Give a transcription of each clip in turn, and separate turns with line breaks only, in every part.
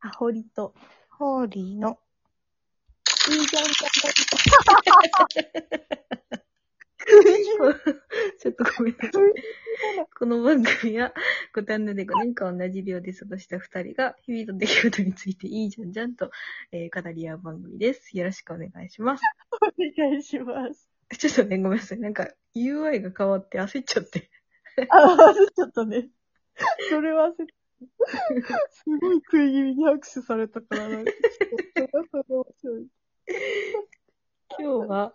アホリと。
ホーリーの。
いいじゃん、ちゃんと。 ちょっとごめんなさい。この番組は、五反田で5年間同じ病で過ごした2人が、日々の出来事についていいじゃんじゃんと、えー、語り合う番組です。よろしくお願いします。
お願いします。
ちょっとね、ごめんなさい。なんか、UI が変わって焦っちゃって。
あ、忘れちゃったね。それは焦った。すごい食い気味に拍手されたからな。ちょっとそれはそれで面白い。
今日は、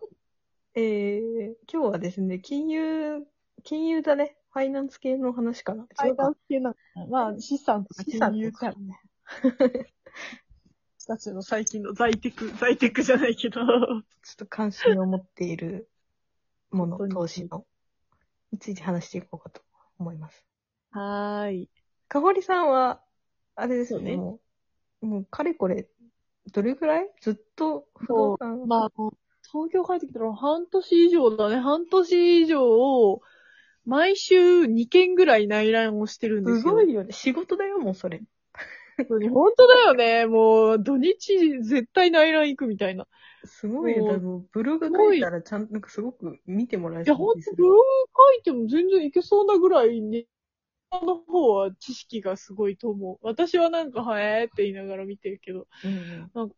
えー、今日はですね、金融、金融だね。ファイナンス系の話かな。
ファイナ
ン
ンス系なんかな。まあ、資産とか
資産
金融
と
か
か
私。 たちの最近の在宅、在宅じゃないけど。
ちょっと関心を持っているもの、
本当に
投資の、について話していこうかと思います。
はーい。
かほりさんは、あれですよ
そう
ね、
ね
もう、もうかれこれ、どれぐらいずっと不動産、
まあ、東京帰ってきたら半年以上だね。半年以上を、毎週2件ぐらい内覧をしてるんですすよ。
ごいよね。仕事だよ、もうそれ。
本当に本当だよね。もう、土日絶対内覧行くみたいな。
すごいよ。
もう
だからもうブログ書いたら、ちゃんと、なんかすごく見てもらえ
いや、
う
本
です
当
よ
ブログ書いても全然いけそうなぐらいに、あの方は知識がすごいと思う。私はなんか、はえーって言いながら見てるけど、
うん
なんか、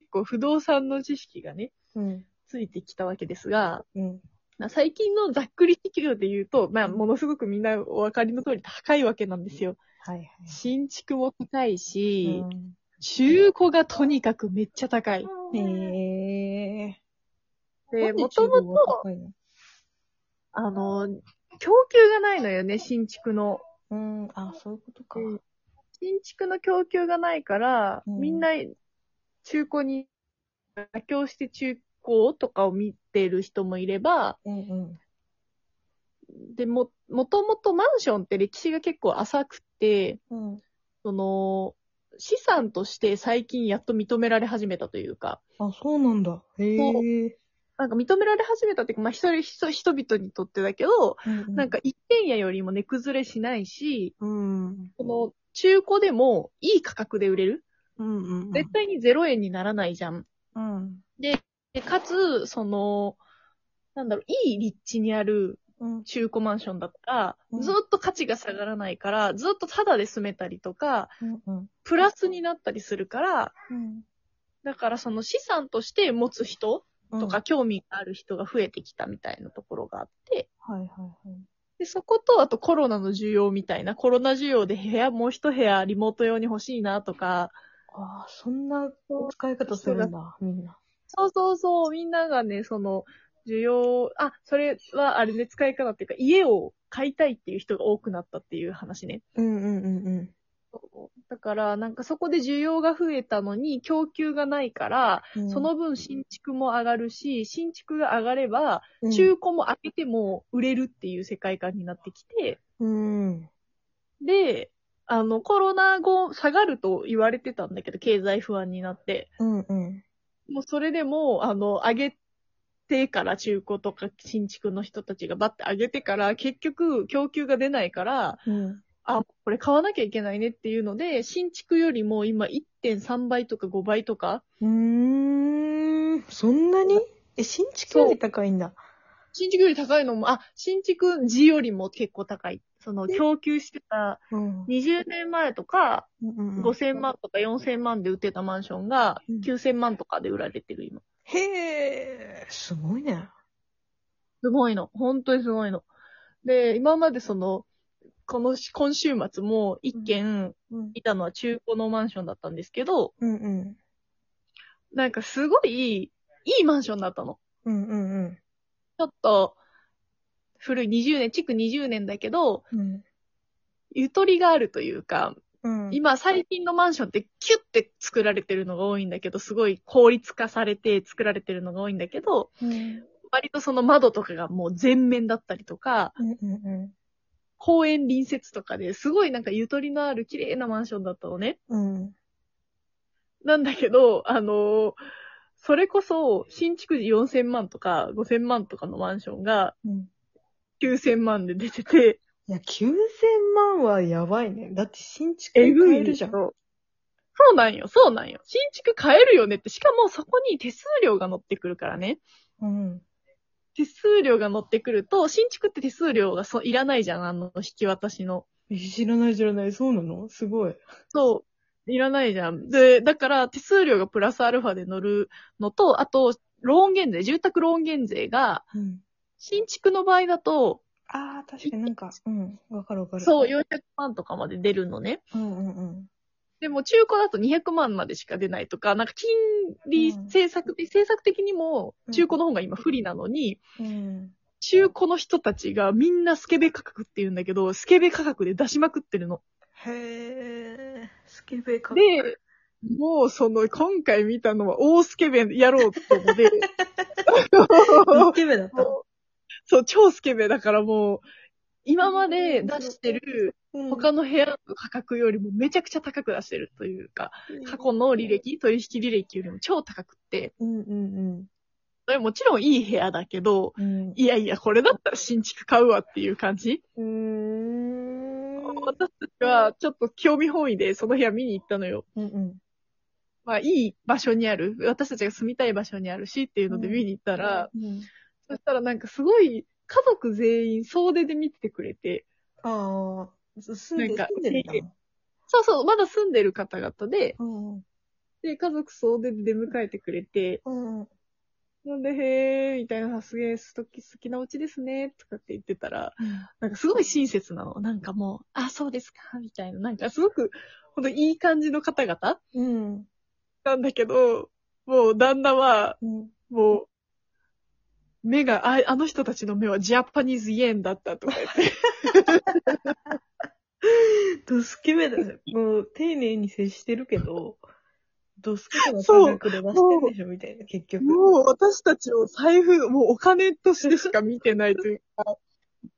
結構不動産の知識がね、
うん。
ついてきたわけですが、
うん。
まあ最近のざっくり知識で言うと、まあ、ものすごくみんなお分かりの通り高いわけなんですよ。
はいはい。
新築も高いし、
うん
中古がとにかくめっちゃ高い。
へえー。
で、
なん
も
中
と
国
も
は
と、
高いの、
あの、供給がないのよね、新築の。
うん、あ、そういうことか。
うん新築の供給がないから、
うん
みんな中古に、妥協して中古とかを見てる人もいれば、
うんうん。
で、も、もともとマンションって歴史が結構浅くて、
うん。
その、資産として最近やっと認められ始めたというか、
あ、そうなんだ。へえ。
そうなんか認められ始めたっていうか、まあ一人、人人々にとってだけど、なん
か、
か一軒家よりも値崩れしないし、
うん。うん
この中古でもいい価格で売れる。
うん。
絶対に0円にならないじゃん。
うん。
で、かつ、その、なんだろう、いい立地にある
うん。
中古マンションだったら
う、ん
ずっと価値が下がらないから、ずっとタダで住めたりとか、
うんうん。
プラスになったりするから、
うん。
だからその資産として持つ人とか興味がある人が増えてきたみたいなところがあって、
はいはいはい。
で、そこと、あとコロナの需要みたいな、コロナ需要で部屋、もう一部屋リモート用に欲しいなとか、
ああ、そんな使い方するんだ、みんな。
そうそうそう、みんながね、その、需要、あ、それはあれで使い方っていうか、家を買いたいっていう人が多くなったっていう話ね。
うんうんうんうん。
だから、なんかそこで需要が増えたのに、供給がないから、
うん
そ、の分新築も上がるし、新築が上がれば、
うん
中古も開けても売れるっていう世界観になってきて、
うん。
で、あの、コロナ後、下がると言われてたんだけど、経済不安になって。
うんうん。
もうそれでもう、あの、上げてから中古とか新築の人たちがバッて上げてから、結局供給が出ないから、
うん。
あ、これ買わなきゃいけないねっていうので、新築よりも今1.3倍とか5倍とか、
うーん。そんなにえ、新築より高いんだ。
新築より高いのも、あ、新築時よりも結構高い。その供給してた
うん。
20年前とか、
うんうん
5000万とか4000万で売ってたマンションが
うん
9000万とかで売られてる今。
へえ、すごいね。
すごいの。本当にすごいの。で、今までその、このし今週末も一軒
うん。
見たのは中古のマンションだったんですけど、
うんうん。
なんかすごいいいマンションだったの。
うんうんうん。
ちょっと古い20年、築20年だけど、
うん。
ゆとりがあるというか、
うん。
今最近のマンションってキュッて作られてるのが多いんだけど、すごい効率化されて作られてるのが多いんだけど、
うん
割とその窓とかがもう全面だったりとか、
うんうん
公園隣接とかですごいなんかゆとりのある綺麗なマンションだったのね。
うん。うん。
なんだけど、あのーそれこそ新築時4000万とか5000万とかのマンションが
うん
9000万で出てて、
いや、9000万はやばいね。だって新築
えぐ
買え
い
るじゃん。
そうなんよ、そうなんよ。新築買えるよねって、しかもそこに手数料が乗ってくるからね。
うん。
手数料が乗ってくると、新築って手数料がそういらないじゃん、あの、引き渡しの。
え知らない知らない。そうなのすごい。
そう。いらないじゃん。で、だから手数料がプラスアルファで乗るのと、あと、ローン減税、住宅ローン減税が、
うん。
新築の場合だと、
ああ、確かになんか、うん。わかるわかる。
そう、400万とかまで出るのね。
うんうんうん。
でも中古だと200万までしか出ないとか、なんか金利
うん
政策、政策的にも中古の方が今不利なのに、
うん。
中古の人たちがみんなスケベ価格って言うんだけど、スケベ価格で出しまくってるの。
へえ、スケベかっこいい。
で、もうその今回見たのは大スケベやろうと思って、
スケベだったの。
そう、超スケベだからもう、今まで出してる他の部屋の価格よりもめちゃくちゃ高く出してるというか、過去の履歴、取引履歴よりも超高くて、
うんうん
それもちろんいい部屋だけど、
うん。
いやいや、これだったら新築買うわっていう感じ。
うん。
私たちはちょっと興味本位でその部屋見に行ったのよ。
うんうん。
まあいい場所にある、私たちが住みたい場所にあるしっていうので見に行ったら、
うん、
そしたらなんかすごい家族全員総出で見てくれて、
ああ、す住んで、
なんか
住んでるんだ
いいそうそう、まだ住んでる方々で、
うんうん。
で、家族総出で出迎えてくれて、
うんうん。
なんで、へえ、みたいな、すげえ、すとき、好きなお家ですね、とかって言ってたら、なんかすごい親切なの。なんかもう、あ、そうですか、みたいな。なんかすごく、ほんといい感じの方々
うん。
なんだけど、もう旦那は、
うん。
もう、目が、ああの人たちの目はジャパニーズイエンだったとか言って。
ドスケベだね。もう、丁寧に接してるけど、ドスケベな
そう
感覚で出してるでしょみたいな、結局。
もう私たちを財布、もうお金としてしか見てないというか、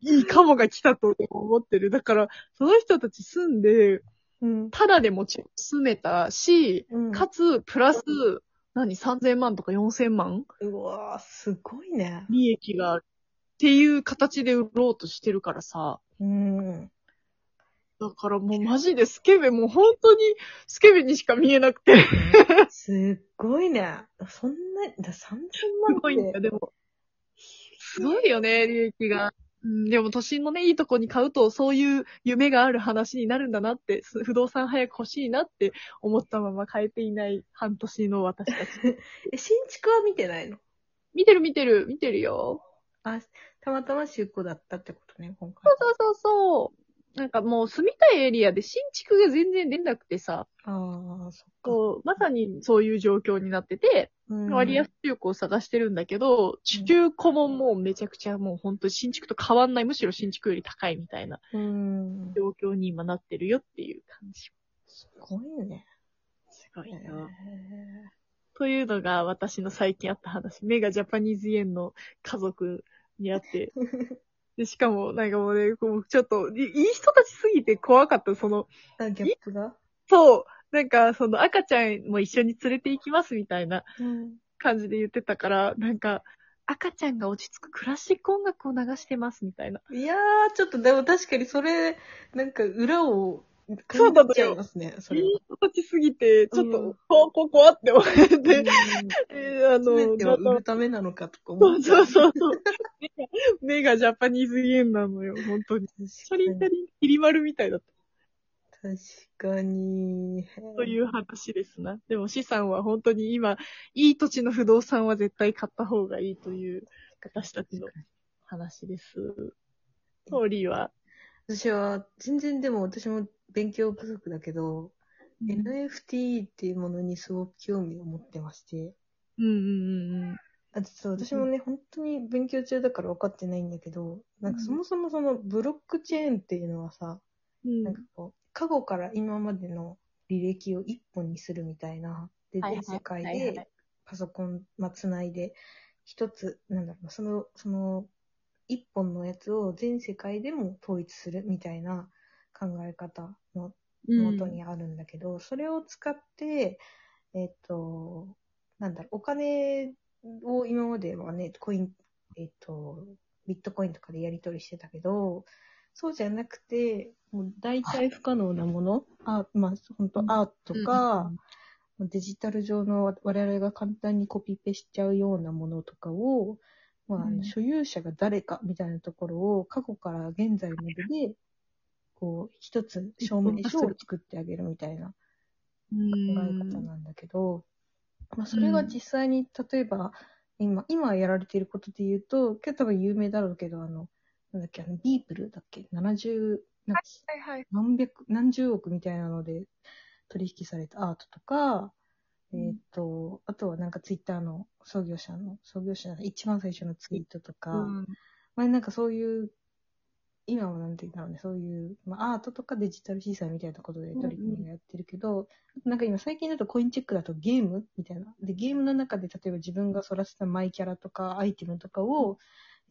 いいカモが来たとでも思ってる。だから、その人たち住んで、
うん。
ただでもちろん住めたし、
うん、
かつ、プラス、何、3000万とか4000万
うわぁ、すごいね。
利益があるっていう形で売ろうとしてるからさ。
うん。
だからもうマジでスケベ、もう本当にスケベにしか見えなくて。
すっごいね。そんな、だ3000
す
万
ごいんだ
って
よ、でも。すごいよね、利益が。うん、でも都心のね、いいとこに買うと、そういう夢がある話になるんだなって、す不動産早く欲しいなって思ったまま買えていない半年の私たち。
え、新築は見てないの
見てる見てる、見てるよ。
あ、たまたま中古だったってことね、今
そ
回
う。そうそうそう。なんかもう住みたいエリアで新築が全然出なくてさ、
ああ、そっか。
こう、まさにそういう状況になってて、
うん
割安中古を探してるんだけど、中古ももうめちゃくちゃもう本当新築と変わんない、むしろ新築より高いみたいな
うん。
状況に今なってるよっていう感じ。
すごいね。
すごい
へ
な。というのが私の最近あった話。目がジャパニーズ円の家族にあって。で、しかも、なんかもうね、こうちょっと、いいい人たちすぎて怖かった。その、
ー あ、ギャップが
そう、なんかその赤ちゃんも一緒に連れて行きますみたいな
うん。
感じで言ってたから、なんか、赤ちゃんが落ち着くクラシック音楽を流してますみたいな。
いやー、ちょっと、でも確かにそれ、なんか裏を、
そうなのよ
感じちゃいますね、そ
い
れは。
い人たちすぎて、ちょっ
う
と
ん、
怖怖怖って思って、
うん
えーあの、
全てを売
なん
る
か
ためなのかとか思
そ
っ
う
ちゃ。
そううそうそう。 目が目がジャパニーズゲームなのよ、本当に。シャリンシャリン、キリマルみたいだった
確かに。
という話ですな。でも資産は本当に今、いい土地の不動産は絶対買った方がいいという、私たちの話です。トーリーは、
私は、全然でも私も勉強不足だけど、NFT っていうものにすごく興味を持ってまして、
うんうんうんうん。
あとそう私もね、本当に勉強中だから分かってないんだけど、なんかそもそもそのブロックチェーンっていうのはさ、
うん
なんかこう、過去から今までの履歴を一本にするみたいな、で、
はいはい
全世界
はいは
でパソコン、まあ、つないで、一つ、なんだろうな、その、その、一本のやつを全世界でも統一するみたいな考え方の元にあるんだけど、それを使って、えっ、と、なんだろう、お金を今まではね、コイン、えっ、と、ビットコインとかでやり取りしてたけど、そうじゃなくて、もう大体不可能なもの、あまあ、本当
うん
アートか、デジタル上の我々が簡単にコピペしちゃうようなものとかを、まあ、あ
う
の
ん
所有者が誰かみたいなところを過去から現在までで、こう、一つ証明書を作ってあげるみたいな
う
考え
ん。
方なんだけど、まあ、それが実際に、例えば、今、今やられていることで言うと、今日多分有名だろうけど、あの、なんだっけ、あの、ビープルだっけ ?70、なんか
はいはい。
何百、何十億みたいなので取引されたアートとか、
うん
えっ、と、あとはなんかツイッターの創業者の、創業者の一番最初のツイートとか、
うん。
まあなんかそういう、今もなんて言うんだろうね、そういう、まあアートとかデジタル資産みたいなことで取り組みがやってるけど、なんか今最近だとコインチェックだとゲームみたいな。で、ゲームの中で例えば自分がそらせたマイキャラとかアイテムとかを、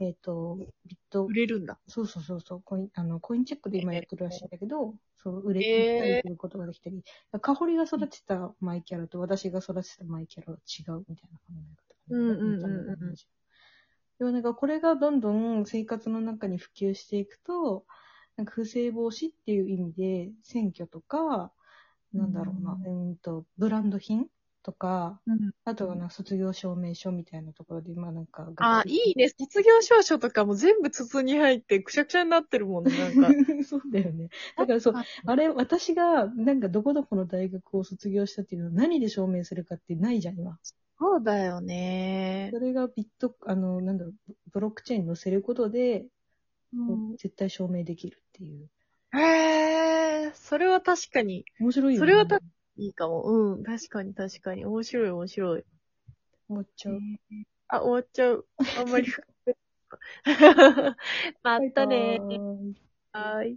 えっ、と、ビット
売、れるんだ。
そうそうそうそう、コイン、あの、コインチェックで今やってるらしいんだけど、そう、売れ
えー
たりすることができたり、かほりが育てたマイキャラと私が育てたマイキャラは違うみたいな考え方。
うんうんうんうん
ん。でもなんかこれがどんどん生活の中に普及していくと、なんか不正防止っていう意味で、選挙とか、なんだろうな、う
う
ーんと、ブランド品とか、
うん。
あとはなんか卒業証明書みたいなところで、今なんか、
あ、いいね。卒業証書とかも全部筒に入ってくしゃくしゃになってるもんね。なんか。
そうだよね。だからそう、あれ、私が、なんかどこどこの大学を卒業したっていうのを何で証明するかってないじゃん、今。
そうだよね。
それがビット、あの、なんだろう、ブロックチェーンに載せることで、絶対証明できるっていう。
へえ、それは確かに
面白いよね。
それはたいいかも。うん、確かに確かに。面白い面白い。
思っちゃう。
あ、終わっちゃう。 あんまり。またね
バイバーイ
はい。